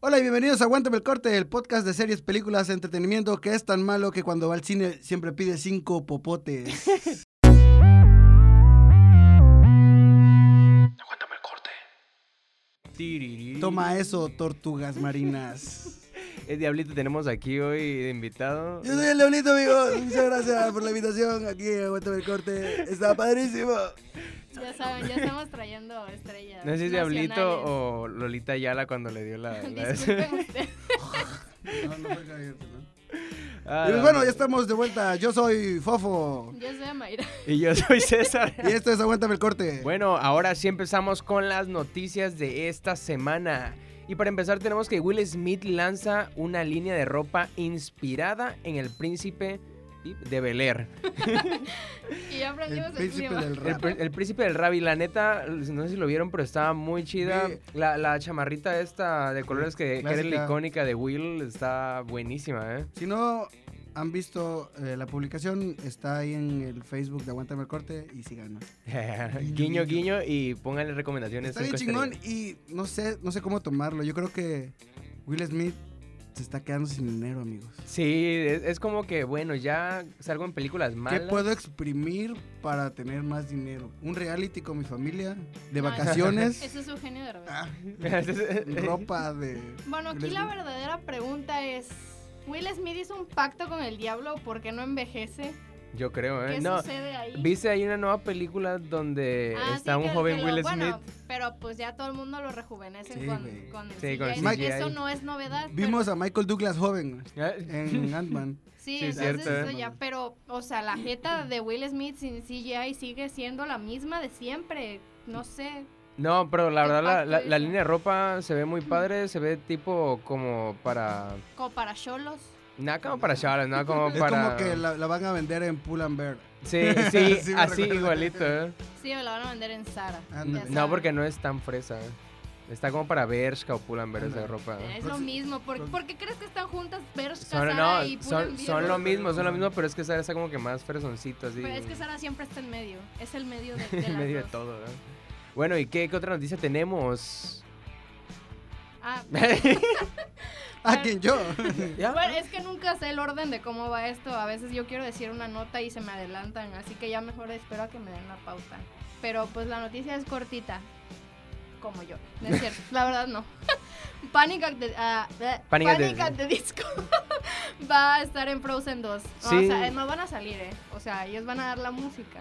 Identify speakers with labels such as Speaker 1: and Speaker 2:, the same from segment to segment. Speaker 1: Hola y bienvenidos a Aguántame el Corte, el podcast de series, películas, entretenimiento que es tan malo que cuando va al cine siempre pide cinco popotes.
Speaker 2: Aguántame el corte.
Speaker 1: Toma eso, tortugas marinas.
Speaker 3: El diablito tenemos aquí hoy de invitado.
Speaker 1: Yo soy el Leonito, amigos. Muchas gracias por la invitación aquí en Aguántame el Corte. Está padrísimo.
Speaker 4: Ya saben, ya estamos trayendo estrellas.
Speaker 3: No sé si es diablito
Speaker 4: nacionales.
Speaker 3: o Lolita Ayala cuando le dio la... la-
Speaker 4: Disculpen ustedes.
Speaker 1: No, no fue caliente, ¿no?
Speaker 3: Ah,
Speaker 1: Y pues bueno, ya estamos de vuelta. Yo soy Fofo.
Speaker 4: Yo soy Mayra.
Speaker 3: Y yo soy César.
Speaker 1: Y esto es Aguántame el Corte.
Speaker 3: Bueno, ahora sí empezamos con las noticias de esta semana. Y para empezar tenemos que Will Smith lanza una línea de ropa inspirada en el príncipe de Bel Air.
Speaker 4: Y ya aprendimos
Speaker 1: el
Speaker 4: el,
Speaker 1: príncipe
Speaker 4: clima.
Speaker 1: del
Speaker 3: El,
Speaker 1: rap.
Speaker 3: pr- el príncipe del rap y la neta, no sé si lo vieron, pero estaba muy chida.
Speaker 1: Sí.
Speaker 3: La, la chamarrita esta de colores que, que era
Speaker 1: Clásica.
Speaker 3: la icónica de Will está buenísima, ¿eh?
Speaker 1: Si no han visto eh, la publicación, está ahí en el Facebook de Aguántame el Corte y síganos.
Speaker 3: guiño, guiño y pónganle recomendaciones.
Speaker 1: Está bien
Speaker 3: cinco
Speaker 1: chingón
Speaker 3: estrellas.
Speaker 1: y no sé, no sé cómo tomarlo. Yo creo que Will Smith se está quedando sin dinero, amigos.
Speaker 3: Sí, es, es como que, bueno, ya salgo en películas
Speaker 1: ¿Qué
Speaker 3: malas.
Speaker 1: puedo exprimir para tener más dinero? ¿Un reality con mi familia? ¿De
Speaker 4: No,
Speaker 1: vacaciones?
Speaker 4: Ese es Eugenio Derbez.
Speaker 1: Ah, ¿Ropa de...?
Speaker 4: Bueno, aquí
Speaker 1: Will
Speaker 4: la
Speaker 1: Smith.
Speaker 4: verdadera pregunta es... ¿Will Smith hizo un pacto con el diablo porque no envejece?
Speaker 3: Yo creo, ¿eh?
Speaker 4: ¿Qué
Speaker 3: No,
Speaker 4: sucede ahí?
Speaker 3: viste, hay una nueva película donde
Speaker 4: Ah, sí,
Speaker 3: está un
Speaker 4: que-
Speaker 3: joven
Speaker 4: que lo-
Speaker 3: Will Smith.
Speaker 4: Bueno,
Speaker 1: Eh,
Speaker 4: pero pues ya todo el mundo lo rejuvenece
Speaker 1: Sí, güey.
Speaker 4: con, con,
Speaker 3: Sí, con
Speaker 4: CGI.
Speaker 3: CGI.
Speaker 4: Eso no es novedad. pero-
Speaker 1: Vimos a Michael Douglas joven
Speaker 3: Ah,
Speaker 1: en Ant-Man.
Speaker 4: Sí,
Speaker 3: Sí, es
Speaker 4: entonces
Speaker 3: cierto,
Speaker 4: eso
Speaker 1: ¿eh?
Speaker 4: ya, pero, o sea, la jeta de Will Smith sin CGI sigue siendo la misma de siempre. No sé.
Speaker 3: No, pero la
Speaker 4: ¿Qué
Speaker 3: verdad la,
Speaker 4: pacto
Speaker 3: la-
Speaker 4: hizo?
Speaker 3: la línea de ropa se ve muy padre, se ve tipo como para...
Speaker 4: Como para cholos.
Speaker 3: Nada como para chavales, nada como
Speaker 1: Es
Speaker 3: para...
Speaker 1: como que la, la van a vender en Pull and Bear.
Speaker 3: Sí, sí,
Speaker 1: Sí me
Speaker 3: así
Speaker 1: recuerda.
Speaker 3: igualito. ¿eh?
Speaker 4: Sí, me la van a vender en Zara.
Speaker 1: Ándale.
Speaker 4: ya
Speaker 3: No,
Speaker 4: saben.
Speaker 3: porque no es tan fresa. Está como para Bershka o Pull&Bear esa
Speaker 1: Ándale.
Speaker 3: ropa.
Speaker 4: Es lo mismo. ¿Por, por qué crees que están juntas Bershka,
Speaker 3: Son,
Speaker 4: Zara
Speaker 3: no,
Speaker 4: y Pull
Speaker 3: son,
Speaker 4: and Bear?
Speaker 3: son lo mismo, son lo
Speaker 1: Ujú.
Speaker 3: mismo, pero es que Sara está como que más fresoncito así.
Speaker 4: Pero es que Zara siempre está en medio. Es el medio de, de
Speaker 3: en
Speaker 4: las
Speaker 3: medio de
Speaker 4: dos.
Speaker 3: todo, ¿no? Bueno, ¿y qué, qué otra noticia tenemos?
Speaker 4: Ah,
Speaker 1: ¿A quién yo?
Speaker 3: ¿Ya?
Speaker 4: bueno, es que nunca sé el orden de cómo va esto. A veces yo quiero decir una nota y se me adelantan, así que ya mejor espero a que me den la pauta. Pero pues la noticia es cortita, como yo. No es cierto, la verdad no. Panic at the, ah, bleh,
Speaker 3: Panic at the-
Speaker 4: Panic at the Disco va a estar en Frozen 2.
Speaker 3: Sí.
Speaker 4: O sea, eh, no van a salir, ¿eh? O sea, ellos van a dar la música.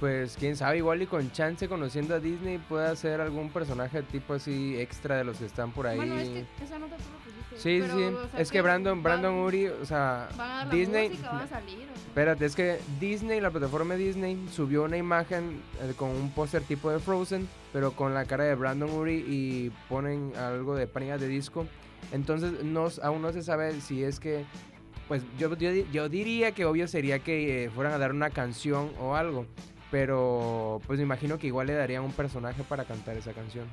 Speaker 3: Pues quién sabe, igual y con chance conociendo a Disney puede hacer algún personaje tipo así extra de los que están por ahí.
Speaker 4: Bueno, es que esa nota tú lo pusiste.
Speaker 3: Sí,
Speaker 4: pero,
Speaker 3: sí.
Speaker 4: o sea,
Speaker 3: es que Brandon,
Speaker 4: van-
Speaker 3: Brandon Uri, o sea,
Speaker 4: Van a dar la
Speaker 3: Disney.
Speaker 4: música, van a salir. o sea.
Speaker 3: Espérate, es que Disney, la plataforma de Disney, subió una imagen eh, con un póster tipo de Frozen, pero con la cara de Brandon Uri y ponen algo de pánico de disco. Entonces, no, s- aún no se sabe si es que. Pues yo, yo, di- yo diría que obvio sería que eh, fueran a dar una canción o algo. Pero pues me imagino que igual le darían un personaje para cantar esa canción.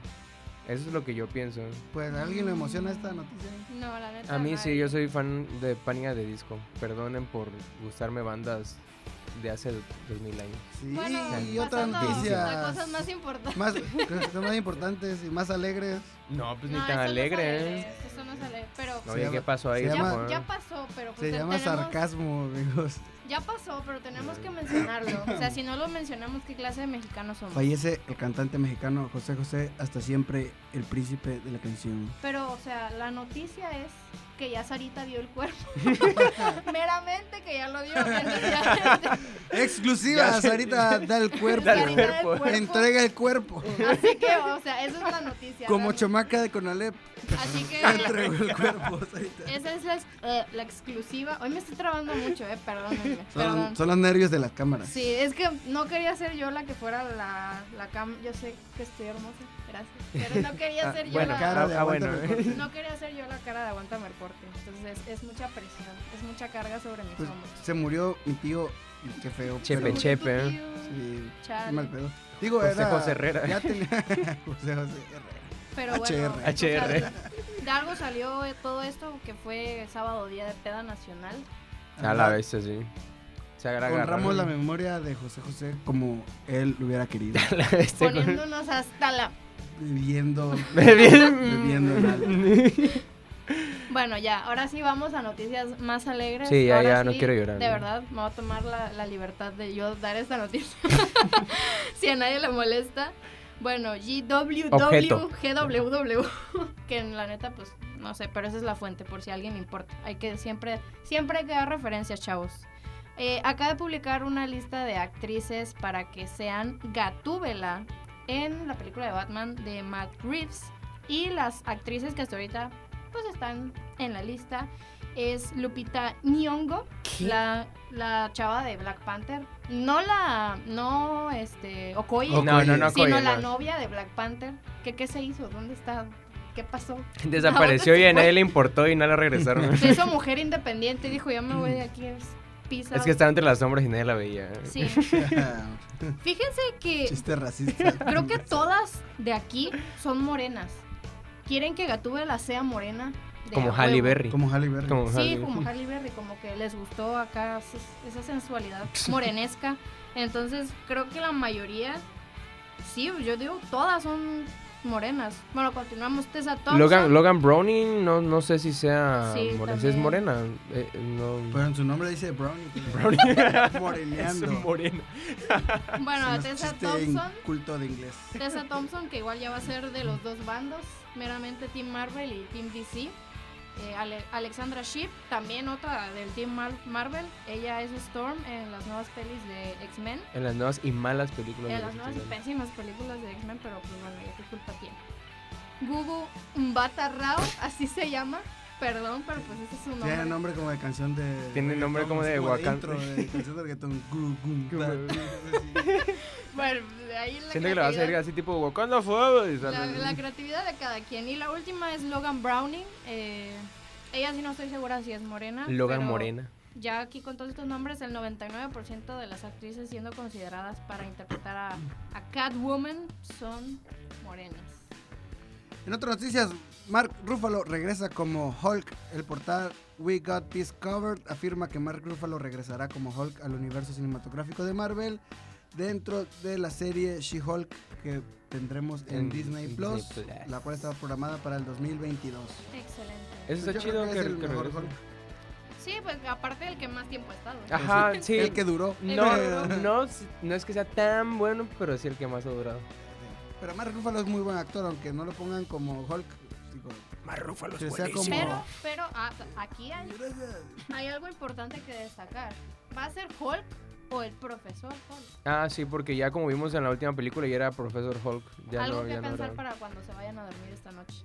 Speaker 3: Eso es lo que yo pienso.
Speaker 1: Pues a alguien le emociona esta noticia.
Speaker 4: No, la neta.
Speaker 3: A mí sí,
Speaker 4: nadie.
Speaker 3: yo soy fan de Pánica de Disco. Perdonen por gustarme bandas de hace 2000 años.
Speaker 1: Sí,
Speaker 4: Bueno,
Speaker 1: y otra
Speaker 4: pasando a
Speaker 1: noticia.
Speaker 4: cosas más importantes.
Speaker 1: más, que son más importantes y más alegres.
Speaker 3: No, pues
Speaker 4: No,
Speaker 3: ni tan
Speaker 4: eso no es
Speaker 3: alegre, ¿eh?
Speaker 4: alegre, Eso no es alegre, pero
Speaker 3: No,
Speaker 1: Se
Speaker 3: oye,
Speaker 1: llama-
Speaker 3: ¿qué pasó ahí?
Speaker 1: se
Speaker 4: ya,
Speaker 1: llama-
Speaker 4: ya pasó, pero pues
Speaker 1: Se
Speaker 4: te-
Speaker 1: llama
Speaker 4: tenemos-
Speaker 1: sarcasmo, amigos.
Speaker 4: Ya pasó, pero tenemos que mencionarlo. O sea, si no lo mencionamos, ¿qué clase de mexicanos somos?
Speaker 1: Fallece el cantante mexicano José José, hasta siempre el príncipe de la canción.
Speaker 4: Pero, o sea, la noticia es que ya Sarita dio el cuerpo. Meramente que ya lo dio. entonces ya-
Speaker 1: Exclusiva,
Speaker 3: Ya sé.
Speaker 1: Sarita da el cuerpo.
Speaker 3: Da el
Speaker 4: Sarita da el
Speaker 3: cuerpo.
Speaker 1: Entrega el cuerpo.
Speaker 4: Así que, o sea, esa es la noticia.
Speaker 1: Como
Speaker 4: la-
Speaker 1: chomaca de Conalep,
Speaker 4: Así que
Speaker 1: entregó el cuerpo, Sarita.
Speaker 4: esa es la, ex- eh, la exclusiva. Hoy me estoy trabando mucho, eh, perdónenme. Perdón.
Speaker 1: Son, son los nervios de las cámaras.
Speaker 4: Sí, es que no quería ser yo la que fuera la, la cam. Yo sé que estoy hermosa, gracias. Pero no quería
Speaker 3: Ah,
Speaker 4: ser yo
Speaker 3: bueno,
Speaker 4: la
Speaker 1: cara de
Speaker 3: ah, bueno.
Speaker 1: aguántame el
Speaker 4: no quería ser yo la cara de aguanta corte. Entonces es, es mucha presión, es mucha carga sobre mis
Speaker 1: Pues,
Speaker 4: hombros.
Speaker 1: se murió mi tío, y qué feo.
Speaker 3: Chepe,
Speaker 1: pero-
Speaker 3: Chepe, ¿eh?
Speaker 4: Sí.
Speaker 1: Sí,
Speaker 4: Chale.
Speaker 1: qué mal pedo. Digo,
Speaker 3: José
Speaker 1: era-
Speaker 3: José Herrera.
Speaker 1: Ya tenía- José José Herrera.
Speaker 4: Pero bueno,
Speaker 1: HR.
Speaker 4: o sea,
Speaker 3: HR.
Speaker 4: de- de algo salió eh, todo esto que fue sábado día de peda nacional.
Speaker 3: A la vez, sí. Se agarra
Speaker 1: Honramos la memoria de José José como él lo hubiera querido.
Speaker 3: Este con-
Speaker 4: poniéndonos hasta la
Speaker 1: Bebiendo.
Speaker 3: Bebiendo.
Speaker 4: Bueno, ya, ahora sí vamos a noticias más alegres.
Speaker 3: Sí, ya,
Speaker 4: Ahora
Speaker 3: ya, no
Speaker 4: sí,
Speaker 3: quiero llorar,
Speaker 4: De
Speaker 3: ya.
Speaker 4: verdad, me voy a tomar la, la libertad de yo dar esta noticia. si a nadie le molesta. Bueno,
Speaker 3: Objeto.
Speaker 4: GWW, que en la neta, pues, no sé, pero esa es la fuente, por si a alguien le importa. Hay que siempre, siempre hay que dar referencias, chavos. Eh, acaba de publicar una lista de actrices para que sean Gatúbela en la película de Batman de Matt Reeves. Y las actrices que hasta ahorita pues están en la lista es Lupita Nyong'o, la, la chava de Black Panther. No la, no este, Okoye,
Speaker 1: No, no, no,
Speaker 4: sino
Speaker 3: Okoye,
Speaker 4: la
Speaker 3: no.
Speaker 4: novia de Black Panther. ¿Qué, ¿Qué se hizo? ¿Dónde está? ¿Qué pasó?
Speaker 3: Desapareció y a nadie le importó y nada la regresaron.
Speaker 4: Se hizo mujer independiente y dijo, yo me voy de aquí, es pizza.
Speaker 3: es que estaba entre las sombras y nadie la veía.
Speaker 4: Sí, fíjense que
Speaker 1: Chiste racista.
Speaker 4: creo que todas de aquí son morenas. Quieren que Gatúbela sea morena. de
Speaker 3: Como
Speaker 4: a
Speaker 3: Halle
Speaker 4: huevo.
Speaker 3: Berry.
Speaker 1: Como Halle Berry.
Speaker 3: Como Halle
Speaker 4: Sí,
Speaker 3: Berry.
Speaker 4: como Halle Berry, como que les gustó acá esa- esa sensualidad morenesca. Entonces, creo que la mayoría, sí, yo digo, todas son morenas. Bueno, continuamos, Tessa Thompson.
Speaker 3: Logan, Logan Browning, no, no sé si sea
Speaker 4: Sí,
Speaker 3: morena. Si es
Speaker 4: también.
Speaker 3: morena. eh, no.
Speaker 1: Pero en su nombre dice Brownie. Moreneando.
Speaker 3: Es morena.
Speaker 4: Bueno,
Speaker 1: Es un
Speaker 4: Tessa
Speaker 1: chiste en
Speaker 4: Thompson.
Speaker 1: Culto de inglés.
Speaker 4: Tessa Thompson, que igual ya va a ser de los dos bandos, meramente Team Marvel y Team DC. Eh, Ale- Alexandra Shipp, también otra del Team Mar- Marvel. Ella es Storm en las nuevas pelis de X-Men.
Speaker 3: En las nuevas y malas películas.
Speaker 4: En
Speaker 3: de
Speaker 4: Eh, las nuevas y
Speaker 3: Superman.
Speaker 4: pésimas películas de X-Men, pero pues bueno, ya qué culpa tiene. Gugu Mbata Rao, así se llama. Perdón, pero pues ese es su nombre.
Speaker 1: Tiene nombre como de canción de.
Speaker 3: Tiene nombre como de
Speaker 1: guacán.
Speaker 3: Wakanda.
Speaker 1: de canción de reggaetón. Gu, gu,
Speaker 3: Gu,
Speaker 1: ta,
Speaker 3: gu.
Speaker 1: ta, ta,
Speaker 4: Bueno, de ahí la
Speaker 3: Siento que la va a hacer
Speaker 4: creatividad-
Speaker 3: así tipo Wakanda fue.
Speaker 4: la, la creatividad de cada quien. Y la última es Logan Browning. eh, ella sí no estoy segura si es morena.
Speaker 3: Logan
Speaker 4: pero
Speaker 3: Morena.
Speaker 4: Ya aquí con todos estos nombres, el 99% de las actrices siendo consideradas para interpretar a, a Catwoman son morenas.
Speaker 1: así. En otras noticias, Mark Ruffalo regresa como Hulk. El portal We Got This Covered afirma que Mark Ruffalo regresará como Hulk al universo cinematográfico de Marvel dentro de la serie She-Hulk que tendremos en,
Speaker 3: En
Speaker 1: Disney,
Speaker 3: Disney
Speaker 1: Plus,
Speaker 3: Plus.
Speaker 1: la cual está programada para el 2022.
Speaker 4: Excelente.
Speaker 3: Eso Pues está
Speaker 1: Yo creo
Speaker 3: chido
Speaker 1: que
Speaker 3: que,
Speaker 1: es el
Speaker 3: que
Speaker 1: mejor
Speaker 3: regrese.
Speaker 1: Hulk.
Speaker 4: Sí, pues aparte del que más tiempo ha estado. ¿eh? ¿no?
Speaker 3: Ajá,
Speaker 1: Pues,
Speaker 3: sí.
Speaker 1: El que duró.
Speaker 4: Eh,
Speaker 3: No, no, no es que sea tan bueno, pero sí el que más ha durado.
Speaker 1: Pero Mark Ruffalo es muy buen actor, aunque no lo pongan como Hulk. digo,
Speaker 3: Más Rúfalo
Speaker 1: Que sea como-
Speaker 4: Pero, pero ah, aquí hay, hay algo importante que destacar. ¿Va a ser Hulk o el profesor Hulk?
Speaker 3: Ah, sí, porque ya como vimos en la última película ya era Profesor Hulk. Ya
Speaker 4: algo
Speaker 3: no,
Speaker 4: que
Speaker 3: ya no
Speaker 4: pensar
Speaker 3: era-
Speaker 4: para cuando se vayan a dormir esta noche.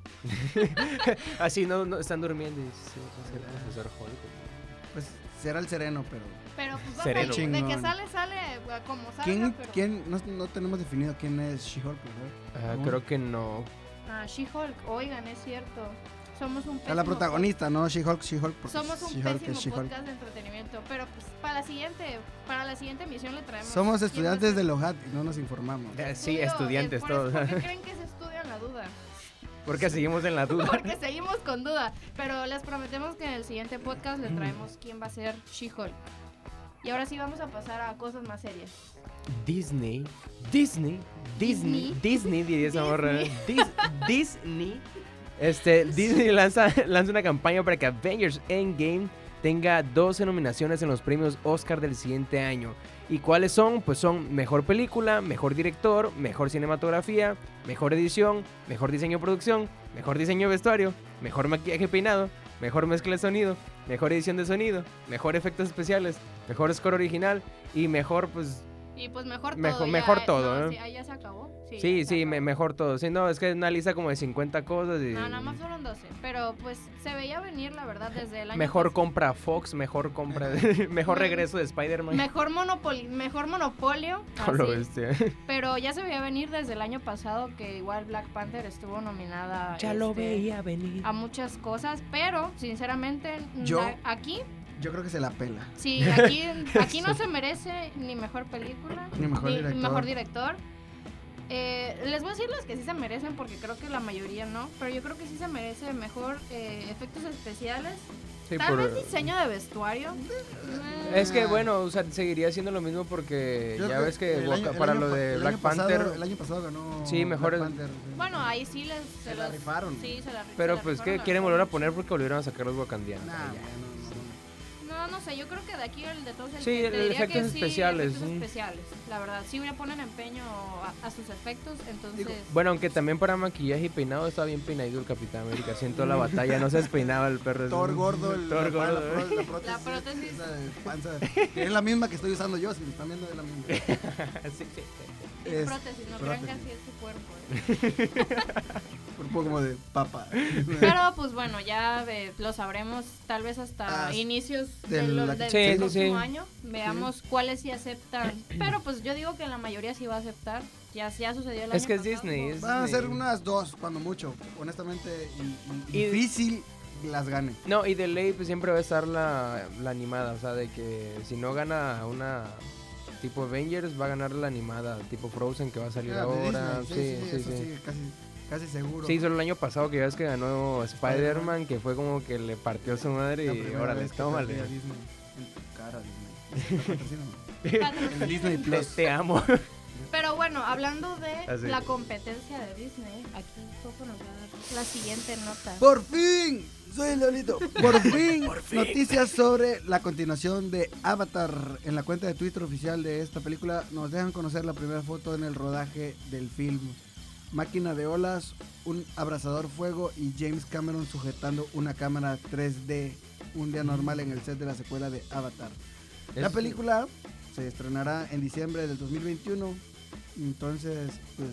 Speaker 3: Ah, sí, no, no, están durmiendo. y dices, sí, va a ser Profesor Hulk.
Speaker 1: Pues será el sereno, pero.
Speaker 4: Pero pues, va a
Speaker 3: Sereno,
Speaker 4: salir- de
Speaker 1: güey.
Speaker 4: que sale, sale eh, como salga.
Speaker 1: ¿Quién,
Speaker 4: pero...
Speaker 1: quién- no, no tenemos definido quién es She-Hulk, ¿verdad?
Speaker 3: Ah,
Speaker 1: Aún.
Speaker 3: creo que no.
Speaker 4: Ah, She-Hulk, oigan, es cierto. Somos un
Speaker 1: A la
Speaker 4: pésimo
Speaker 1: protagonista, ¿no? She-Hulk, She-Hulk.
Speaker 4: pod-
Speaker 1: porque
Speaker 4: Somos un
Speaker 1: She-Hulk es
Speaker 4: pésimo
Speaker 1: She-Hulk.
Speaker 4: podcast de entretenimiento. Pero pues para la siguiente, para la siguiente emisión le traemos.
Speaker 1: Somos
Speaker 4: quién va a
Speaker 1: estudiantes
Speaker 4: ser
Speaker 1: del OJAT y no nos informamos.
Speaker 3: Eh, Sí,
Speaker 4: estudio,
Speaker 3: estudiantes
Speaker 4: es por eso,
Speaker 3: todos.
Speaker 4: ¿Por qué creen que se estudia la duda?
Speaker 3: Porque seguimos en la duda.
Speaker 4: Porque seguimos con duda. Pero les prometemos que en el siguiente podcast les traemos quién va a ser She-Hulk. Y ahora sí vamos a pasar a cosas más serias.
Speaker 3: Disney, Disney, Disney,
Speaker 4: Disney.
Speaker 3: Disney, diría esa morra. Dis- Disney. Este, Disney lanza, lanza una campaña para que Avengers Endgame tenga 12 nominaciones en los premios Oscar del siguiente año. ¿Y cuáles son? Pues son mejor película, mejor director, mejor cinematografía, mejor edición, mejor diseño de producción, mejor diseño de vestuario, mejor maquillaje y peinado, mejor mezcla de sonido, mejor edición de sonido, mejor efectos especiales, mejor score original y mejor pues
Speaker 4: Y pues mejor todo.
Speaker 3: Mejor-
Speaker 4: ya,
Speaker 3: mejor
Speaker 4: eh,
Speaker 3: todo,
Speaker 4: no,
Speaker 3: ¿eh?
Speaker 4: sí, ahí ya se acabó. Sí,
Speaker 3: Sí,
Speaker 4: ya se
Speaker 3: sí, me-
Speaker 4: acabó.
Speaker 3: mejor todo. Sí, no, es que es una lista como de 50 cosas. Y
Speaker 4: No, nada más fueron 12. Pero pues se veía venir, la verdad, desde el año
Speaker 3: mejor
Speaker 4: pasado.
Speaker 3: compra Fox, mejor compra, mejor regreso de Spider-Man.
Speaker 4: Mejor, monopoli- mejor monopolio.
Speaker 3: No lo
Speaker 4: así.
Speaker 3: bestia.
Speaker 4: Pero ya se veía venir desde el año pasado que igual Black Panther estuvo nominada. este,
Speaker 3: venir.
Speaker 4: A muchas cosas, pero sinceramente
Speaker 1: Yo-
Speaker 4: na- aquí
Speaker 1: Yo creo que se la pela.
Speaker 4: Sí, aquí, aquí no se merece ni mejor película,
Speaker 1: Ni mejor director.
Speaker 4: mejor director, Eh, les voy a decir las que sí se merecen porque creo que la mayoría no, pero yo creo que sí se merece mejor eh, efectos especiales,
Speaker 3: Sí,
Speaker 4: tal
Speaker 3: por-
Speaker 4: vez diseño de vestuario. Eh,
Speaker 3: Es que bueno, o sea, seguiría siendo lo mismo porque
Speaker 1: Yo
Speaker 3: ya
Speaker 1: creo
Speaker 3: ves que
Speaker 1: el
Speaker 3: Boca-
Speaker 1: año- el
Speaker 3: para
Speaker 1: año
Speaker 3: lo
Speaker 1: pa-
Speaker 3: de
Speaker 1: el
Speaker 3: Black
Speaker 1: año pasado-
Speaker 3: Panther.
Speaker 1: El año pasado ganó.
Speaker 3: Sí, mejores-
Speaker 1: Black Panther, sí.
Speaker 4: Bueno, ahí sí les, se,
Speaker 1: Se la
Speaker 4: los-
Speaker 1: rifaron.
Speaker 4: Sí, se la ri- se
Speaker 3: Pero
Speaker 4: la
Speaker 3: pues
Speaker 4: rifaron
Speaker 3: que
Speaker 4: la
Speaker 3: quieren
Speaker 4: verdad.
Speaker 3: volver a poner porque volvieron a sacar los wakandianos.
Speaker 1: Nah,
Speaker 3: Ya.
Speaker 1: bueno, no,
Speaker 4: No, no sé, yo creo que de aquí el de todos el
Speaker 3: Sí,
Speaker 4: que
Speaker 3: el-
Speaker 4: te diría
Speaker 3: efectos
Speaker 4: que
Speaker 3: especiales,
Speaker 4: Sí, efectos
Speaker 3: mm.
Speaker 4: especiales, la verdad. Sí le ponen empeño a, a sus efectos, entonces...
Speaker 3: Bueno, aunque también para maquillaje y peinado está bien peinado el Capitán América. Siento la batalla, no se despeinaba el perro.
Speaker 1: no. Thor gordo, el,
Speaker 3: Thor
Speaker 1: la-
Speaker 3: gordo.
Speaker 1: la, pro- la prótesis.
Speaker 4: La prótesis.
Speaker 1: esa de panza, que es la misma que estoy usando yo, si me están viendo es la misma.
Speaker 3: Sí, sí.
Speaker 4: es
Speaker 1: Es
Speaker 4: prótesis, no crean que
Speaker 1: prótesis.
Speaker 4: así es su cuerpo. ¿eh?
Speaker 1: Un poco como de papa.
Speaker 4: Pero pues bueno, ya eh, lo sabremos tal vez hasta
Speaker 1: Ah,
Speaker 4: inicios
Speaker 1: del-
Speaker 4: del,
Speaker 1: la-
Speaker 4: del
Speaker 3: Sí, sí,
Speaker 4: próximo
Speaker 3: sí.
Speaker 4: año. Veamos cuáles sí aceptan. Pero pues yo digo que la mayoría sí va a aceptar. Ya, ya sucedió el
Speaker 3: Es
Speaker 4: año
Speaker 3: que es
Speaker 4: pasado,
Speaker 3: Disney,
Speaker 4: ¿no?
Speaker 3: es-
Speaker 1: Van a ser unas dos, cuando mucho. Honestamente, y- y-
Speaker 3: Y-
Speaker 1: difícil las gane.
Speaker 3: No, y de ley pues, siempre va a estar la, la animada. O sea, de que si no gana una tipo Avengers, va a ganar la animada tipo Frozen que va a salir
Speaker 1: Ah, de
Speaker 3: ahora.
Speaker 1: Disney, sí, sí, eso
Speaker 3: sí.
Speaker 1: sí, casi, casi seguro.
Speaker 3: Sí, solo el año pasado que ya ves que ganó
Speaker 1: Spider-Man,
Speaker 3: Spider-Man, que fue como que le partió su
Speaker 1: La
Speaker 3: madre y
Speaker 1: primera
Speaker 3: ahora
Speaker 1: vez
Speaker 3: les
Speaker 1: que
Speaker 3: toma.
Speaker 1: traté a Disney en tu cara, Disney. Patrocíname.
Speaker 4: Patrocinio.
Speaker 1: En Disney
Speaker 3: Te,
Speaker 1: Plus.
Speaker 3: te amo.
Speaker 4: Pero bueno, hablando de
Speaker 1: Ah,
Speaker 3: Así.
Speaker 4: la competencia de Disney, aquí Coco nos va a dar la siguiente nota.
Speaker 1: Por fin, soy Lolito. Por fin, noticias sobre la continuación de Avatar. En la cuenta de Twitter oficial de esta película nos dejan conocer la primera foto en el rodaje del film. Máquina de olas, un abrazador fuego y James Cameron sujetando una cámara 3D. Un día normal en el set de la secuela de Avatar. La película se estrenará en diciembre del 2021. Entonces, pues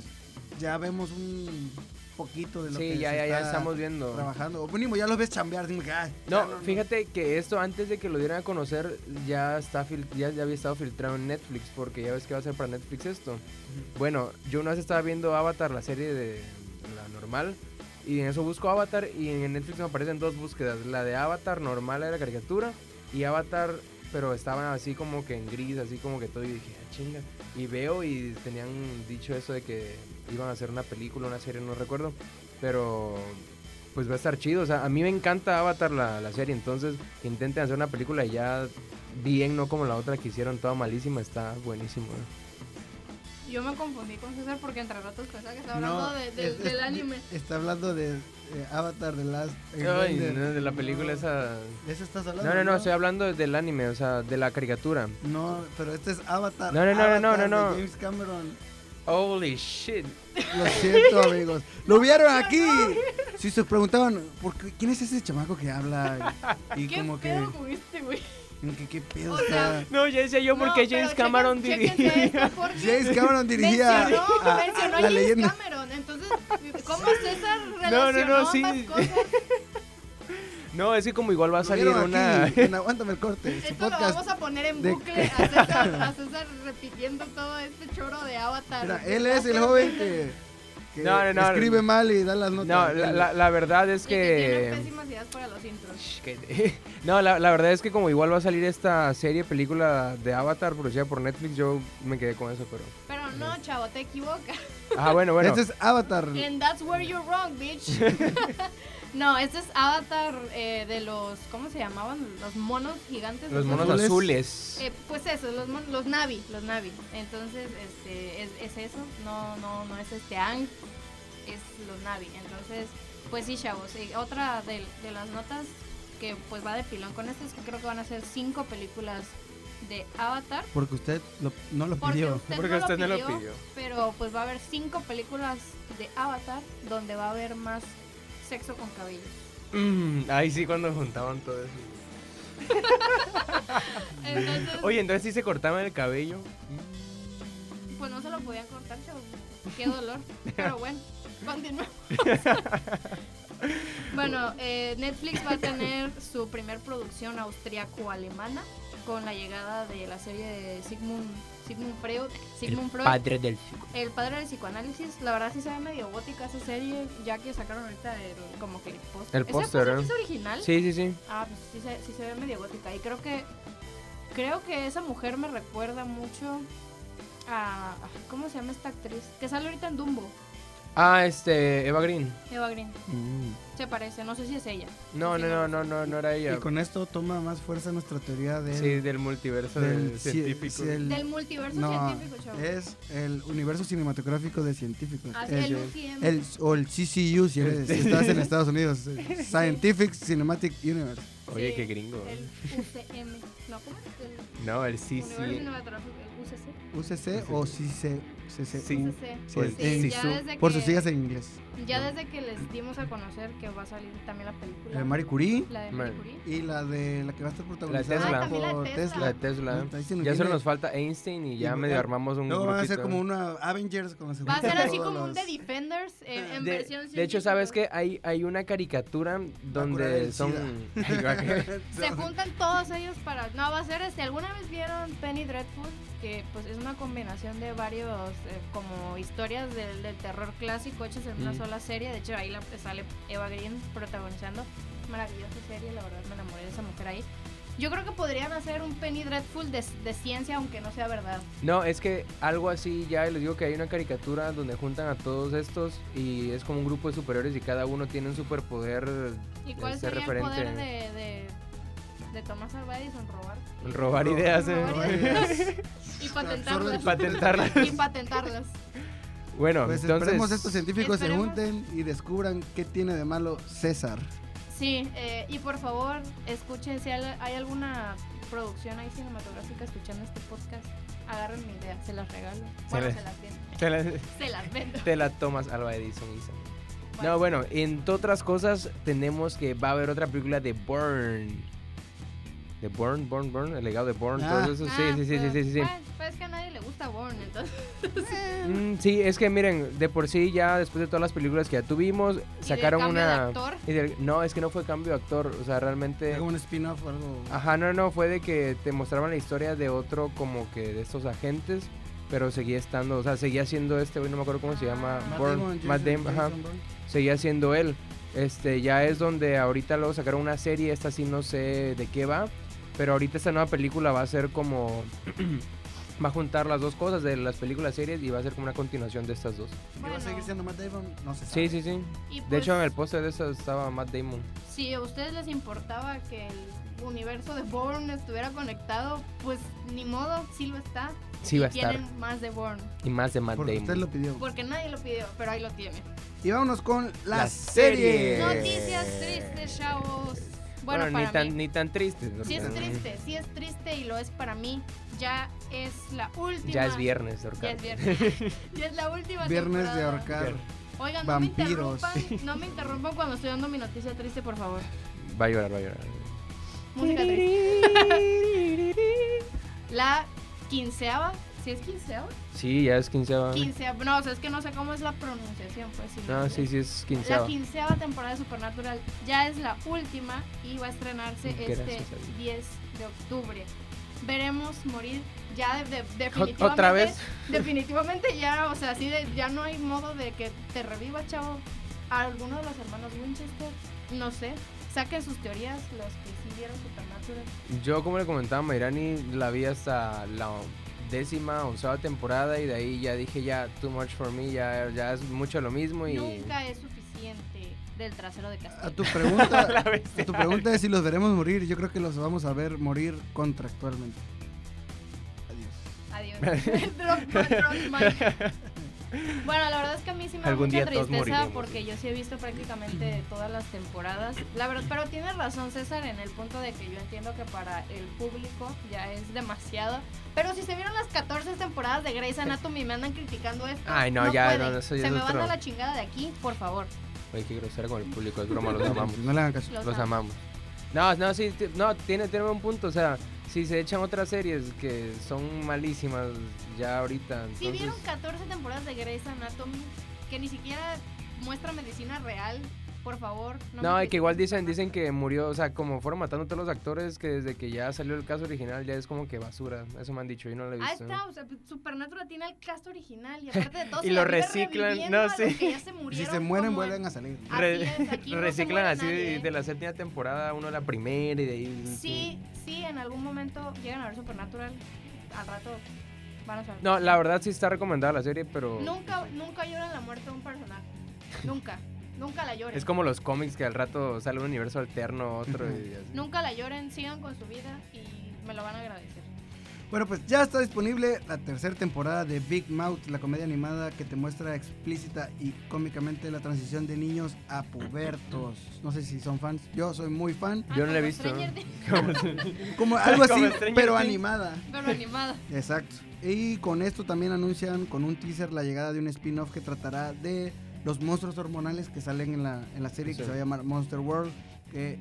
Speaker 1: ya vemos un poquito de lo que
Speaker 3: Sí, ya,
Speaker 1: se
Speaker 3: ya, ya
Speaker 1: está
Speaker 3: estamos viendo.
Speaker 1: trabajando. O mínimo, ya los ves chambear. dime que, ay,
Speaker 3: Ah, No,
Speaker 1: ya
Speaker 3: fíjate que esto antes de que lo dieran a conocer ya está fil- ya, ya había estado filtrado en Netflix porque ya ves que va a ser para Netflix esto. Bueno, yo una vez estaba viendo Avatar, la serie de la normal, y en eso busco Avatar y en Netflix me aparecen dos búsquedas, la de Avatar normal era la caricatura y Avatar pero estaban así como que en gris, así como que todo y dije, ah, chinga. Y veo y tenían dicho eso de que iban a hacer una película, una serie, no recuerdo, pero pues va a estar chido, o sea, a mí me encanta Avatar la, la serie, entonces que intenten hacer una película ya bien, no como la otra que hicieron toda malísima, está buenísimo. ¿eh?
Speaker 4: Yo me confundí con César porque entre ratos pensaba que estaba
Speaker 1: No,
Speaker 4: hablando de- de-
Speaker 1: es- es-
Speaker 4: del anime.
Speaker 1: Está hablando de eh, Avatar de Last
Speaker 3: Ay,
Speaker 1: Airbender.
Speaker 3: no, de la película
Speaker 1: No,
Speaker 3: esa.
Speaker 1: ¿De esa estás hablando?
Speaker 3: No, no, no, estoy hablando del anime, o sea, de la caricatura.
Speaker 1: No, pero este es Avatar.
Speaker 3: No, no, no, no, no,
Speaker 1: Avatar
Speaker 3: no, no.
Speaker 1: de James Cameron.
Speaker 3: Holy shit.
Speaker 1: Lo siento, amigos. Lo vieron aquí. Si se preguntaban, ¿por qué- ¿quién es ese chamaco que habla? Y
Speaker 4: ¿Qué
Speaker 1: como que,
Speaker 4: pedo con este güey?
Speaker 1: que, ¿qué pedo
Speaker 4: O sea,
Speaker 1: está?
Speaker 3: No, ya decía yo
Speaker 4: No,
Speaker 3: porque James
Speaker 4: pero
Speaker 3: Cameron
Speaker 4: chequen-
Speaker 3: dirige.
Speaker 4: chéquense esto porque
Speaker 1: James Cameron dirigía
Speaker 4: mencionó,
Speaker 1: a- a
Speaker 4: mencionó a
Speaker 1: la
Speaker 4: James
Speaker 1: leyenda.
Speaker 4: Cameron. Entonces, ¿cómo César
Speaker 3: no,
Speaker 4: relacionó
Speaker 3: sí.
Speaker 4: ambas cosas?
Speaker 3: No, es que como igual va a
Speaker 1: Lo
Speaker 3: salir
Speaker 1: vieron
Speaker 3: una.
Speaker 1: aquí en Aguántame el corte. Su
Speaker 4: Esto lo
Speaker 1: podcast.
Speaker 4: vamos a poner en
Speaker 1: de-
Speaker 4: bucle a César, a César repitiendo todo este choro de Avatar.
Speaker 1: Mira, él es el joven que, que
Speaker 3: No, no, no.
Speaker 1: escribe mal y da las
Speaker 3: No,
Speaker 1: notas.
Speaker 3: la, la- la verdad es
Speaker 4: Y
Speaker 3: que.
Speaker 4: que tiene pésimas ideas para los intros.
Speaker 3: Shh, que- No, la, la verdad es que como igual va a salir esta serie, película de Avatar producida por Netflix, yo me quedé con eso, pero...
Speaker 4: Pero no, chavo, te equivocas.
Speaker 3: Ah, bueno, bueno.
Speaker 1: Este es Avatar.
Speaker 4: And that's where you're wrong, bitch. no, este es Avatar eh, de los, ¿cómo se llamaban? Los monos gigantes.
Speaker 3: Los
Speaker 4: ¿no?
Speaker 3: monos
Speaker 1: azules.
Speaker 3: azules.
Speaker 4: Eh, pues eso, los, mon- los Navi, los Navi. Entonces, este, es, es eso, no, no, no es este Ang, es los Navi. Entonces, pues sí, chavos. Y otra de, de las notas que pues va de pilón con esto es que creo que van a ser cinco películas de Avatar.
Speaker 1: Porque usted lo- no lo
Speaker 4: Porque
Speaker 1: pidió.
Speaker 4: usted,
Speaker 3: Porque
Speaker 4: no,
Speaker 3: usted
Speaker 4: lo
Speaker 3: no lo
Speaker 4: pidió,
Speaker 3: pidió.
Speaker 4: Pero pues va a haber cinco películas de Avatar donde va a haber más sexo con cabello.
Speaker 3: Mm, ay, sí, cuando juntaban todo eso.
Speaker 4: Entonces,
Speaker 3: Oye, entonces sí se cortaban el cabello.
Speaker 4: pues no se lo podían cortar, chavos. Qué dolor. Pero bueno, continuamos. bueno, eh, Netflix va a tener su primer producción austriaco-alemana con la llegada de la serie de Sigmund, Sigmund Freud. Sigmund Freud.
Speaker 3: del
Speaker 4: El padre del psicoanálisis, la verdad sí se ve medio gótica esa serie, ya que sacaron ahorita el, como que el póster.
Speaker 3: El
Speaker 4: ¿Ese
Speaker 3: póster, ¿eh?
Speaker 4: es original?
Speaker 3: Sí, sí, sí.
Speaker 4: Ah, pues sí se, sí se ve medio gótica. Y creo que creo que esa mujer me recuerda mucho a. ¿Cómo se llama esta actriz? Que sale ahorita en Dumbo,
Speaker 3: Ah, este, Eva Green.
Speaker 4: Eva Green.
Speaker 3: Mm.
Speaker 4: Se parece, no sé si es ella.
Speaker 3: No, no, no, no, no, no era
Speaker 1: Y
Speaker 3: ella.
Speaker 1: con esto toma más fuerza nuestra teoría del,
Speaker 3: Sí, del multiverso
Speaker 1: del
Speaker 3: del
Speaker 1: ci-
Speaker 3: científico.
Speaker 1: del-
Speaker 4: Del multiverso
Speaker 1: Mm, no,
Speaker 4: científico, chavo.
Speaker 1: es el universo cinematográfico de científicos.
Speaker 4: Así
Speaker 1: Es-
Speaker 4: Ah, el UCM.
Speaker 1: el, o el CCU, si, eres- si estás en Estados Unidos. eh, Scientific Cinematic Universe.
Speaker 3: Oye,
Speaker 4: Sí,
Speaker 3: qué gringo. ¿eh?
Speaker 4: El UCM. No, ¿cómo es? El
Speaker 3: No, el sí,
Speaker 4: Universo
Speaker 3: sí.
Speaker 4: Cinematográfico, el UCC.
Speaker 1: UCC o CC, CC.
Speaker 3: Sí.
Speaker 4: UCC.
Speaker 3: Pues,
Speaker 1: Sí,
Speaker 4: Sí,
Speaker 1: el
Speaker 4: ya
Speaker 3: Sisu.
Speaker 4: desde
Speaker 1: Por
Speaker 4: que,
Speaker 1: sus siglas en inglés.
Speaker 4: Ya desde que les dimos a conocer que va a salir también la película.
Speaker 1: La de Marie Curie
Speaker 4: La de
Speaker 3: Mar-
Speaker 4: Marie Curie.
Speaker 1: y la de la que va a estar protagonizada
Speaker 3: Tesla. Ah,
Speaker 4: también la
Speaker 1: por
Speaker 4: Tesla.
Speaker 1: Tesla.
Speaker 3: La Tesla.
Speaker 1: Ahí se nos
Speaker 3: Ya solo
Speaker 1: viene-
Speaker 3: nos falta Einstein y ya
Speaker 1: Y-
Speaker 3: medio
Speaker 1: ah,
Speaker 3: armamos un
Speaker 1: Luego van a ser
Speaker 3: grupito.
Speaker 1: como
Speaker 3: ¿eh?
Speaker 1: una Avengers con los
Speaker 4: Va a ser así
Speaker 1: todos
Speaker 4: como un
Speaker 1: los-
Speaker 4: The Defenders en, en
Speaker 3: De,
Speaker 4: versión
Speaker 3: de hecho,
Speaker 4: científica.
Speaker 3: ¿sabes qué? Hay, hay una caricatura
Speaker 1: curar
Speaker 3: donde
Speaker 1: el
Speaker 3: son...
Speaker 4: Se juntan todos ellos para... No, va a ser este... ¿Alguna vez vieron Penny Dreadful? Que pues es una combinación de varios... eh, como historias del, del terror clásico hechas en una
Speaker 3: Mm.
Speaker 4: sola serie. De hecho, ahí la, sale Eva Green protagonizando. Maravillosa serie, la verdad me enamoré de esa mujer ahí. Yo creo que podrían hacer un Penny Dreadful de, de ciencia, aunque no sea verdad.
Speaker 3: No, es que algo así ya les digo que hay una caricatura donde juntan a todos estos y es como un grupo de superiores y cada uno tiene un superpoder
Speaker 4: ¿Y
Speaker 3: eh,
Speaker 4: cuál
Speaker 3: ser
Speaker 4: sería el
Speaker 3: referente
Speaker 4: poder de, de, de Thomas Alva Edison? Robar.
Speaker 3: en robar ideas. eh.
Speaker 4: Robar ideas. Y patentarlas.
Speaker 3: Patentarlas.
Speaker 4: Y patentarlas.
Speaker 3: Bueno,
Speaker 1: Pues esperemos estos
Speaker 3: entonces
Speaker 1: científicos
Speaker 4: Esperemos.
Speaker 1: se junten y descubran qué tiene de malo César.
Speaker 4: Sí, eh, y por favor, escuchen si al- hay alguna producción ahí cinematográfica escuchando este podcast. Agarren mi idea, se las regalo. Bueno,
Speaker 3: le-
Speaker 4: se las vendo.
Speaker 3: te la,
Speaker 4: Se las vendo.
Speaker 3: te la tomas Alba Edison. Isa.
Speaker 4: Bueno,
Speaker 3: No, bueno, entre otras cosas tenemos que va a haber otra película de Burn. De Burn, Burn, Burn, el legado de Burn,
Speaker 1: Ah.
Speaker 3: todo eso. Sí,
Speaker 4: ah,
Speaker 3: sí, sí, sí,
Speaker 4: pero,
Speaker 3: sí, sí. sí.
Speaker 4: Pues, pues es que a nadie le gusta Born, entonces.
Speaker 3: Mm, sí, es que miren, de por sí ya después de todas las películas que ya tuvimos,
Speaker 4: del
Speaker 3: sacaron
Speaker 4: cambio de
Speaker 3: una...
Speaker 4: actor.
Speaker 3: y del- no, es que no fue cambio de actor, o sea, realmente...
Speaker 1: Es como un spin-off o algo.
Speaker 3: Ajá, no, no, fue de que te mostraban la historia de otro como que de estos agentes, pero seguía estando, o sea, seguía siendo este, güey, no me acuerdo cómo se llama,
Speaker 4: Ah.
Speaker 1: Matt
Speaker 3: Bourne,
Speaker 1: Damon, Jason-
Speaker 3: Matt Damon, ajá,
Speaker 1: Jason Bourne.
Speaker 3: seguía siendo él. Este, ya es donde ahorita luego sacaron una serie, esta sí no sé de qué va, pero ahorita esta nueva película va a ser como... va a juntar las dos cosas de las películas, series y va a ser como una continuación de estas dos.
Speaker 1: ¿Y va a seguir siendo Matt Damon? No se sabe.
Speaker 3: Sí, sí, sí.
Speaker 4: Y
Speaker 3: De
Speaker 4: pues,
Speaker 3: hecho, en el póster de esa estaba Matt Damon.
Speaker 4: Si a ustedes les importaba que el universo de Born estuviera conectado, pues ni modo, sí lo está.
Speaker 3: Sí va a estar.
Speaker 4: Tienen más de Born,
Speaker 3: Y más de Matt
Speaker 1: Porque usted
Speaker 3: Damon.
Speaker 1: lo pidió.
Speaker 4: porque nadie lo pidió, pero ahí lo tienen.
Speaker 1: Y vámonos con las,
Speaker 3: Las
Speaker 1: series.
Speaker 3: series.
Speaker 4: Noticias tristes, chavos. Bueno,
Speaker 3: Eh. ni,
Speaker 4: para
Speaker 3: tan,
Speaker 4: mí.
Speaker 3: ni tan triste. ¿no?
Speaker 4: Sí es triste, sí es triste y lo es para mí. Ya es la última.
Speaker 3: Ya es
Speaker 4: Ya
Speaker 3: viernes, Dorcas.
Speaker 4: es viernes. ya es la última
Speaker 1: Viernes de
Speaker 4: temporada.
Speaker 1: ahorcar.
Speaker 4: Oigan,
Speaker 1: Vampiros.
Speaker 4: no me interrumpan, no me interrumpan cuando estoy dando mi noticia triste, por favor.
Speaker 3: Va a llorar, va a llorar.
Speaker 4: Música triste. La quinceava, ¿sí es quinceava?
Speaker 3: Sí, ya es quinceava.
Speaker 4: Quinceava, no, o sea, es que no sé cómo es la pronunciación, pues. sí,
Speaker 3: No, Ah, sí, sí, es quinceava.
Speaker 4: La quinceava temporada de Supernatural ya es la última y va a estrenarse
Speaker 3: Gracias a
Speaker 4: este
Speaker 3: Dios.
Speaker 4: 10 de octubre. Veremos morir ya de- de- definitivamente.
Speaker 3: Ot- ¿Otra vez?
Speaker 4: Definitivamente ya, o sea, así de, ya no hay modo de que te reviva, chavo. Alguno de los hermanos Winchester, no sé, saquen sus teorías los que sí vieron Supernatural.
Speaker 3: Yo, como le comentaba a Mayrani, la vi hasta la décima, onceava temporada y de ahí ya dije ya too much for me, ya, ya es mucho lo mismo y...
Speaker 4: Nunca es suficiente del trasero de
Speaker 1: A
Speaker 4: Castillo.
Speaker 1: tu pregunta, a tu pregunta es si los veremos morir. Yo creo que los vamos a ver morir contractualmente. Adiós.
Speaker 4: Adiós. Drop, drop, drop, mic. bueno, la verdad es que a mí sí me da
Speaker 3: Algún
Speaker 4: mucha
Speaker 3: día todos
Speaker 4: tristeza
Speaker 3: moriremos,
Speaker 4: porque
Speaker 3: sí.
Speaker 4: yo sí he visto prácticamente todas las temporadas. La verdad, pero tienes razón César en el punto de que yo entiendo que para el público ya es demasiado. Pero si se vieron las 14 temporadas de Grey's Anatomy y me andan criticando esto,
Speaker 3: Ay, no, ya,
Speaker 4: pueden.
Speaker 3: no, eso ya
Speaker 4: se
Speaker 3: es
Speaker 4: me van
Speaker 3: otro.
Speaker 4: a la chingada de aquí, por favor.
Speaker 3: Oye, qué grosero con el público, es broma, los amamos.
Speaker 1: No le hagan caso.
Speaker 4: Los
Speaker 3: los
Speaker 4: amo.
Speaker 3: amamos. No, no, sí, ti- no, tiene, tiene un punto, o sea, si se echan otras series que son malísimas ya ahorita,
Speaker 4: Si
Speaker 3: entonces...
Speaker 4: vieron 14 temporadas de Grey's Anatomy que ni siquiera muestra medicina real, por favor. me
Speaker 3: No, y que igual
Speaker 4: critiquen.
Speaker 3: dicen, dicen que murió, o sea, como fueron matando a todos los actores que desde que ya salió el caso original ya es como que basura, eso me han dicho, yo no lo he
Speaker 4: Ahí
Speaker 3: visto.
Speaker 4: Ah, está, o sea, Supernatural tiene el cast original y aparte de todo
Speaker 3: Y
Speaker 4: se
Speaker 3: lo
Speaker 4: la vive
Speaker 3: reciclan,
Speaker 4: reviviendo
Speaker 3: no,
Speaker 4: a los
Speaker 3: sí.
Speaker 4: que ya se
Speaker 1: Y si
Speaker 4: murieron
Speaker 1: se mueren,
Speaker 4: como
Speaker 1: vuelven
Speaker 4: en-
Speaker 1: a salir.
Speaker 4: Ah, Re- Así es, aquí no se
Speaker 3: reciclan
Speaker 4: muere
Speaker 3: así de,
Speaker 4: nadie. ¿eh?
Speaker 3: de la séptima temporada, uno de la primera y de ahí...
Speaker 4: Sí, sí, en algún momento llegan a ver Supernatural, al rato Van a saber.
Speaker 3: No, la verdad sí está recomendada la serie, pero
Speaker 4: Nunca, nunca lloran la muerte de un personaje. Nunca. Nunca la lloren.
Speaker 3: es como los cómics que al rato sale un universo alterno, otro y así.
Speaker 4: Nunca la lloren, sigan con su vida y me lo van a agradecer.
Speaker 1: Bueno, pues ya está disponible la tercera temporada de Big Mouth, la comedia animada que te muestra explícita y cómicamente la transición de niños a pubertos. No sé si son fans, yo soy muy fan.
Speaker 4: Ah,
Speaker 3: Yo no la he
Speaker 4: como
Speaker 3: visto.
Speaker 4: Stranger Things,
Speaker 1: Como algo así,
Speaker 2: Como Stranger
Speaker 1: pero
Speaker 2: Things.
Speaker 1: animada.
Speaker 4: Pero animada.
Speaker 1: Exacto. Y con esto también anuncian con un teaser la llegada de un spin-off que tratará de los monstruos hormonales que salen en la, en la serie que
Speaker 3: Sí.
Speaker 1: se va a llamar Monster World, que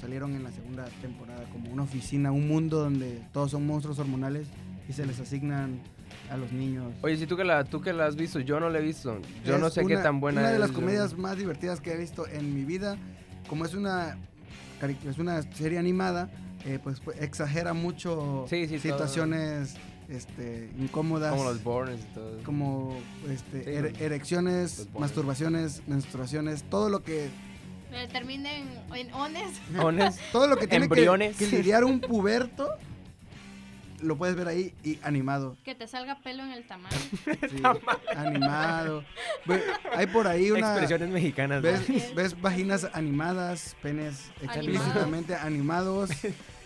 Speaker 1: salieron en la segunda temporada como una oficina, un mundo donde todos son monstruos hormonales y se les asignan a los niños.
Speaker 3: Oye, si tú que la tú que la has visto, yo no la he visto. Yo
Speaker 1: Es
Speaker 3: no sé qué
Speaker 1: una-
Speaker 3: tan buena
Speaker 1: Una de
Speaker 3: es,
Speaker 1: las
Speaker 3: yo-
Speaker 1: comedias más divertidas que he visto en mi vida. Como es una, cari- es una serie animada, eh, pues, pues, exagera mucho
Speaker 3: Sí, sí, todo.
Speaker 1: situaciones este, incómodas.
Speaker 3: como los Borns y todo. eso.
Speaker 1: como este,
Speaker 3: Sí,
Speaker 1: ere-
Speaker 3: los-
Speaker 1: erecciones,
Speaker 3: los boner.
Speaker 1: masturbaciones, menstruaciones, todo lo que
Speaker 4: Eh, Terminen en, en ones.
Speaker 3: Honest.
Speaker 1: todo lo que tiene que-
Speaker 2: Embriones.
Speaker 1: que lidiar un puberto lo puedes ver ahí y animado,
Speaker 4: Que te salga pelo en el tamaño.
Speaker 1: sí, animado. Ve- hay por ahí una
Speaker 2: Expresiones mexicanas. ¿no?
Speaker 1: ves, ves vaginas animadas, penes explícitamente animados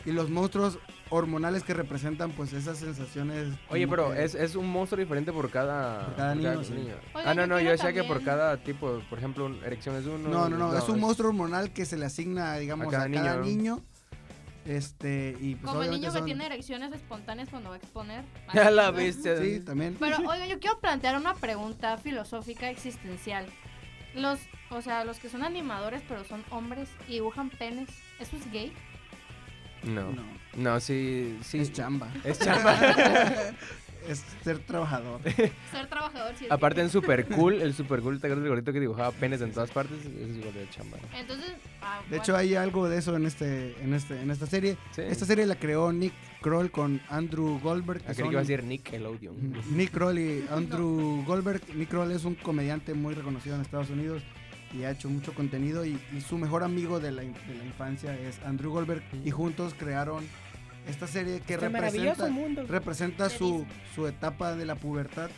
Speaker 1: y los monstruos hormonales que representan pues esas sensaciones.
Speaker 3: Oye,
Speaker 1: como
Speaker 3: pero
Speaker 1: que-
Speaker 3: es, es un monstruo diferente por cada,
Speaker 1: Por cada niño, sí.
Speaker 4: Oiga,
Speaker 3: ah, no,
Speaker 4: yo
Speaker 3: no, yo
Speaker 4: quiero
Speaker 3: decía que por
Speaker 4: también-
Speaker 3: cada tipo, por ejemplo, un- erección es uno.
Speaker 1: No, no, no, es un
Speaker 3: es-
Speaker 1: monstruo hormonal que se le asigna, digamos, a cada, niño.
Speaker 3: ¿no?
Speaker 1: Este, y pues
Speaker 4: Como el
Speaker 1: obviamente
Speaker 4: niño que
Speaker 1: son-
Speaker 4: tiene erecciones espontáneas cuando va a exponer.
Speaker 3: Ya la viste.
Speaker 1: Sí, también.
Speaker 4: Pero, oiga, yo quiero plantear una pregunta filosófica existencial. Los, o sea, los que son animadores pero son hombres y dibujan penes, ¿eso es gay?
Speaker 3: No,
Speaker 1: No,
Speaker 3: no, sí, sí.
Speaker 1: es chamba.
Speaker 3: Es chamba.
Speaker 1: Es ser trabajador.
Speaker 4: Ser trabajador sí es
Speaker 3: Aparte en Super Cool, el Super Cool, ¿te acuerdas del gorrito que dibujaba penes en todas partes? Ese Es igual de chamba.
Speaker 4: gay. Entonces, ah,
Speaker 1: De
Speaker 4: bueno.
Speaker 1: hecho, hay algo de eso en este, en este, en esta serie.
Speaker 3: Sí.
Speaker 1: Esta serie la creó Nick Kroll con Andrew Goldberg.
Speaker 3: Ah,
Speaker 1: que
Speaker 3: creí que
Speaker 1: son-
Speaker 3: iba a decir Nickelodeon.
Speaker 1: Nick Kroll y Andrew Goldberg. Nick Kroll es un comediante muy reconocido en Estados Unidos y ha hecho mucho contenido y, y su mejor amigo de la, in- de la infancia es Andrew Goldberg y juntos crearon esta serie que representa, representa
Speaker 4: De
Speaker 1: su,
Speaker 4: Disney.
Speaker 1: su etapa de la pubertad.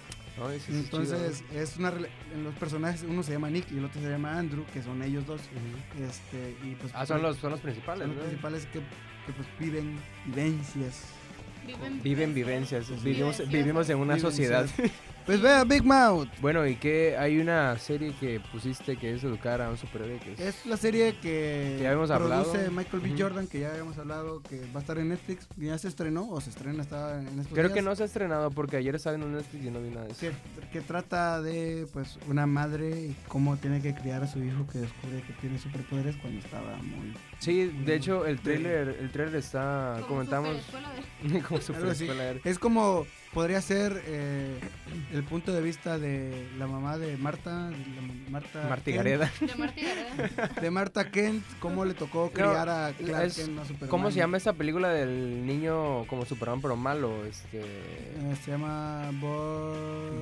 Speaker 3: Ay, sí, sí,
Speaker 1: Entonces es una rela- en los personajes uno se llama Nick y el otro se llama Andrew, que son ellos dos.
Speaker 3: chido. Ujú.
Speaker 1: Este, y pues
Speaker 3: Ah, son
Speaker 1: pues,
Speaker 3: los, son los
Speaker 1: son
Speaker 3: principales,
Speaker 1: los
Speaker 3: ¿no?
Speaker 1: principales que, que, pues viven vivencias.
Speaker 4: viven,
Speaker 3: Viven vivencias,
Speaker 1: Sí, sí.
Speaker 3: vivimos,
Speaker 4: Vivencias.
Speaker 3: vivimos en una sociedad.
Speaker 1: Vivencias. Pues vea Big Mouth.
Speaker 3: Bueno, y que hay una serie que pusiste que es educar a un superhéroe. Que es-
Speaker 1: Es la serie que,
Speaker 3: Que ya habíamos
Speaker 1: produce
Speaker 3: hablado.
Speaker 1: Michael B.
Speaker 3: Ujú.
Speaker 1: Jordan, que ya habíamos hablado, que va a estar en Netflix. Ya se estrenó o se estrena, estaba en estos
Speaker 3: Creo que
Speaker 1: días,
Speaker 3: no se ha estrenado porque ayer estaba en un Netflix y no vi nada de eso.
Speaker 1: Que, que trata de pues una madre y cómo tiene que criar a su hijo que descubre que tiene superpoderes cuando estaba muy...
Speaker 3: Sí, de hecho el tráiler, el tráiler está,
Speaker 4: como
Speaker 3: comentamos,
Speaker 4: superescuela de-
Speaker 1: Algo
Speaker 3: como
Speaker 1: así.
Speaker 3: superescuela era.
Speaker 1: Es como podría ser eh, el punto de vista de la mamá de Marta, de la ma- Marta
Speaker 3: Martí
Speaker 1: Kent,
Speaker 3: Gareda.
Speaker 4: de Marta y Gareda.
Speaker 1: de Marta Kent, cómo le tocó criar a Clark
Speaker 3: es-
Speaker 1: Kent, a Superman.
Speaker 3: ¿Cómo se llama esa película del niño como Superman pero malo? Este...
Speaker 1: Eh, se llama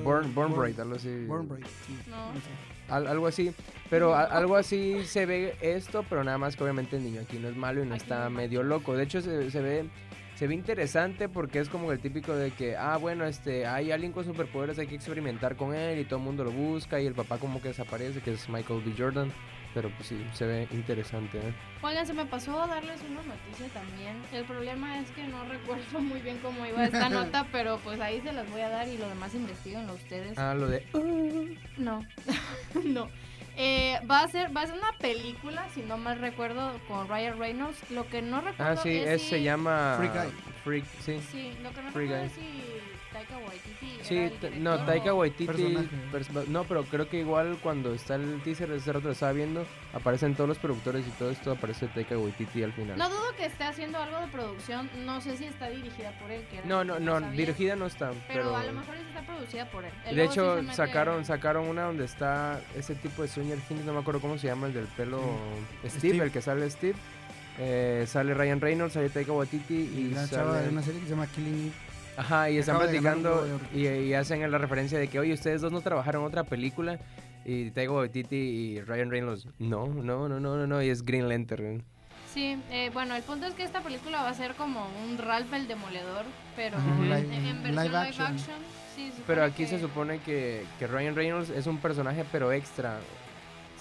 Speaker 1: Born
Speaker 3: Born, Born Bright, algo así.
Speaker 1: Born Bright, sí.
Speaker 4: No.
Speaker 1: No sé.
Speaker 3: Al- algo así. Pero a- algo así se ve esto, pero nada más que obviamente el niño aquí no es malo y no
Speaker 4: Aquí
Speaker 3: está
Speaker 4: no.
Speaker 3: medio loco. De hecho, se, se ve. Se ve interesante porque es como el típico de que, ah, bueno, este, hay alguien con superpoderes, hay que experimentar con él y todo el mundo lo busca y el papá como que desaparece, que es Michael B. Jordan. Pero pues sí, se ve interesante. ¿eh?
Speaker 4: Oigan, se me pasó a darles una noticia también. El problema es que no recuerdo muy bien cómo iba esta nota, pero pues ahí se las voy a dar y lo demás investiguenlo ustedes.
Speaker 3: Ah, lo de...
Speaker 4: No, no. Eh, va a ser va a ser una película, si no mal recuerdo, con Ryan Reynolds. Lo que no recuerdo
Speaker 3: Ah, sí,
Speaker 4: es
Speaker 3: es-
Speaker 4: si-
Speaker 3: se llama...
Speaker 1: Free Guy.
Speaker 3: Freak, sí.
Speaker 4: Sí, lo que no
Speaker 3: Free
Speaker 4: recuerdo
Speaker 3: Guy.
Speaker 4: es si Taika Waititi era
Speaker 3: Sí,
Speaker 4: el
Speaker 3: ta-
Speaker 4: director
Speaker 3: no, Taika
Speaker 4: o-
Speaker 3: Waititi.
Speaker 1: Personaje.
Speaker 3: persona- no, pero creo que igual cuando está el teaser, ese rato lo estaba viendo, aparecen todos los productores y todo esto, aparece Taika Waititi al final.
Speaker 4: No dudo que esté haciendo algo de producción, no sé si está dirigida por él. Que era
Speaker 3: no,
Speaker 4: lo
Speaker 3: no,
Speaker 4: que
Speaker 3: no,
Speaker 4: sabía,
Speaker 3: dirigida no está.
Speaker 4: Pero,
Speaker 3: Pero,
Speaker 4: a lo mejor sí está producida por él. Él
Speaker 3: de
Speaker 4: luego sí se
Speaker 3: hecho,
Speaker 4: mete-
Speaker 3: sacaron sacaron una donde está ese tipo de Stranger Things, no me acuerdo cómo se llama, el del pelo Steve,
Speaker 1: Mm. Steve.
Speaker 3: el que sale Steve. Eh, sale Ryan Reynolds, sale Taika Waititi y,
Speaker 1: Y la
Speaker 3: sale...
Speaker 1: chava de una serie que se llama Killing Eve.
Speaker 3: Ajá, y están
Speaker 1: acaba de ganar un
Speaker 3: platicando
Speaker 1: Globo de
Speaker 3: y, y hacen la referencia de que, oye, ustedes dos no trabajaron en otra película. Y Taika Waititi y Ryan Reynolds, no, no, no, no, no, no, y es Green Lantern.
Speaker 4: Sí, eh, bueno, el punto es que esta película va a ser como un Ralph el Demoledor, pero
Speaker 1: Ajá,
Speaker 4: en,
Speaker 1: live-
Speaker 4: en versión
Speaker 1: live
Speaker 4: live
Speaker 1: action.
Speaker 4: action. Sí, supone
Speaker 3: Pero aquí
Speaker 4: que-
Speaker 3: se supone que, que Ryan Reynolds es un personaje, pero extra.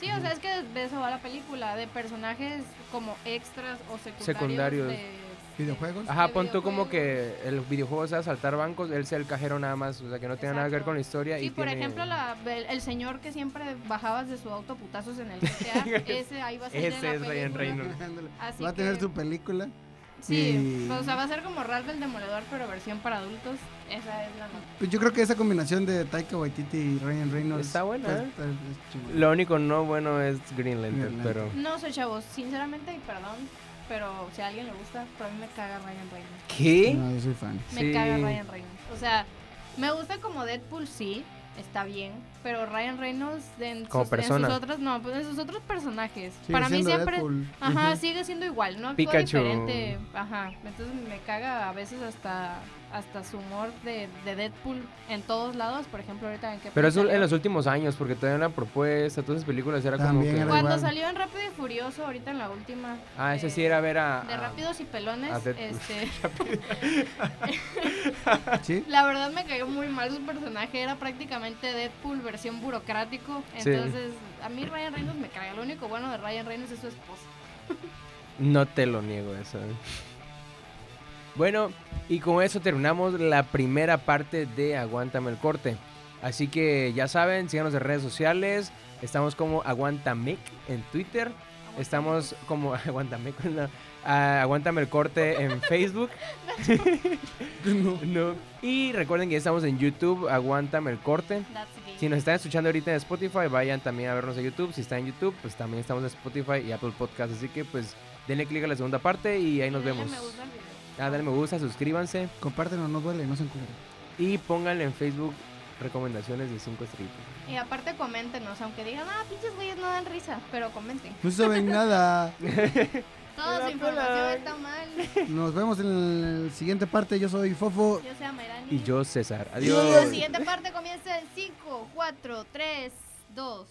Speaker 4: Sí, o sea, es que de eso va la película, de personajes como extras o secundarios.
Speaker 3: Secundarios.
Speaker 4: de-
Speaker 1: ¿Videojuegos?
Speaker 3: Ajá,
Speaker 4: de
Speaker 3: pon tú como que
Speaker 4: videojuegos.
Speaker 3: el videojuego sea saltar bancos, él sea el cajero nada más, o sea, que no tenga nada que ver
Speaker 4: Exacto.
Speaker 3: con la historia. y
Speaker 4: Sí, por
Speaker 3: tiene-
Speaker 4: ejemplo, la- el, el señor que siempre bajabas de su auto putazos en el GTA, ese ahí va a ser de
Speaker 3: Ese
Speaker 4: la
Speaker 3: es Ryan
Speaker 4: película.
Speaker 3: Reynolds.
Speaker 1: Ándale.
Speaker 4: Así
Speaker 1: Va a tener
Speaker 4: que-
Speaker 1: su película.
Speaker 4: Sí,
Speaker 1: Y-
Speaker 4: o sea, va a ser como Ralph el Demoledor, pero versión para adultos. Esa es la nota.
Speaker 1: Pues yo creo que esa combinación de Taika Waititi y Ryan Reynolds
Speaker 3: Está buena,
Speaker 1: pues,
Speaker 3: ¿eh?
Speaker 1: está- es chingona.
Speaker 3: Lo único no bueno es Green
Speaker 1: Green
Speaker 3: Lantern, pero...
Speaker 4: No sé, chavos, sinceramente, y perdón, pero si a alguien le gusta, pero a mí me caga Ryan Reynolds.
Speaker 3: ¿Qué?
Speaker 1: No, yo soy fan.
Speaker 4: Me
Speaker 3: Sí.
Speaker 4: caga Ryan Reynolds. O sea, me gusta como Deadpool, sí, está bien, pero Ryan Reynolds en,
Speaker 3: Como
Speaker 4: sus, en sus
Speaker 3: persona.
Speaker 4: otros, no, pues en sus otros personajes.
Speaker 1: Sigue
Speaker 4: para mí
Speaker 1: siendo
Speaker 4: siempre,
Speaker 1: Deadpool.
Speaker 4: ajá,
Speaker 1: Ujú.
Speaker 4: sigue siendo igual, ¿no? Actúa
Speaker 3: Pikachu.
Speaker 4: diferente, ajá. Entonces me caga a veces hasta hasta su humor de, de Deadpool en todos lados, por ejemplo, ahorita en que
Speaker 3: Pero eso en los últimos años, porque todavía la propuesta, todas esas películas era como
Speaker 1: También
Speaker 3: que...
Speaker 1: era-
Speaker 4: cuando
Speaker 1: igual.
Speaker 4: salió en Rápido y Furioso, ahorita en la última.
Speaker 3: Ah, ese
Speaker 4: eh,
Speaker 3: sí era ver a...
Speaker 4: de
Speaker 3: a-
Speaker 4: Rápidos y Pelones,
Speaker 3: a Deadpool.
Speaker 4: este
Speaker 1: Sí.
Speaker 4: La verdad me cayó muy mal su personaje, era prácticamente Deadpool versión burocrático.
Speaker 3: Sí.
Speaker 4: Entonces, a mí Ryan Reynolds me caga. Lo único bueno de Ryan Reynolds es su esposa.
Speaker 3: No te lo niego eso. Bueno, y con eso terminamos la primera parte de Aguántame el corte. Así que ya saben, síganos en redes sociales. Estamos como Aguántame en Twitter. Estamos como Aguántame, no, ah, Aguántame el corte en Facebook. No. Y recuerden que ya estamos en YouTube, Aguántame el corte.
Speaker 4: That's gay.
Speaker 3: Si nos están escuchando ahorita en Spotify, vayan también a vernos en YouTube. Si está en YouTube, pues también estamos en Spotify y Apple Podcast. Así que pues denle click a la segunda parte y ahí nos
Speaker 4: Denle
Speaker 3: vemos.
Speaker 4: me gusta al video.
Speaker 3: Ah, denle me gusta, suscríbanse
Speaker 1: Compártelo, no duele, no se encuentra.
Speaker 3: y pónganle en Facebook recomendaciones de 5 estrellitas.
Speaker 4: Y aparte, coméntenos, aunque digan, ah, pinches güeyes no dan risa, pero comenten.
Speaker 1: No saben nada.
Speaker 4: Toda
Speaker 3: La
Speaker 4: su información
Speaker 3: pelan.
Speaker 4: está mal.
Speaker 1: Nos vemos en la siguiente parte. Yo soy Fofo.
Speaker 4: Yo soy Amairani.
Speaker 3: Y yo, César.
Speaker 4: Y
Speaker 3: Adiós.
Speaker 4: la siguiente parte comienza en 5, 4, 3, 2.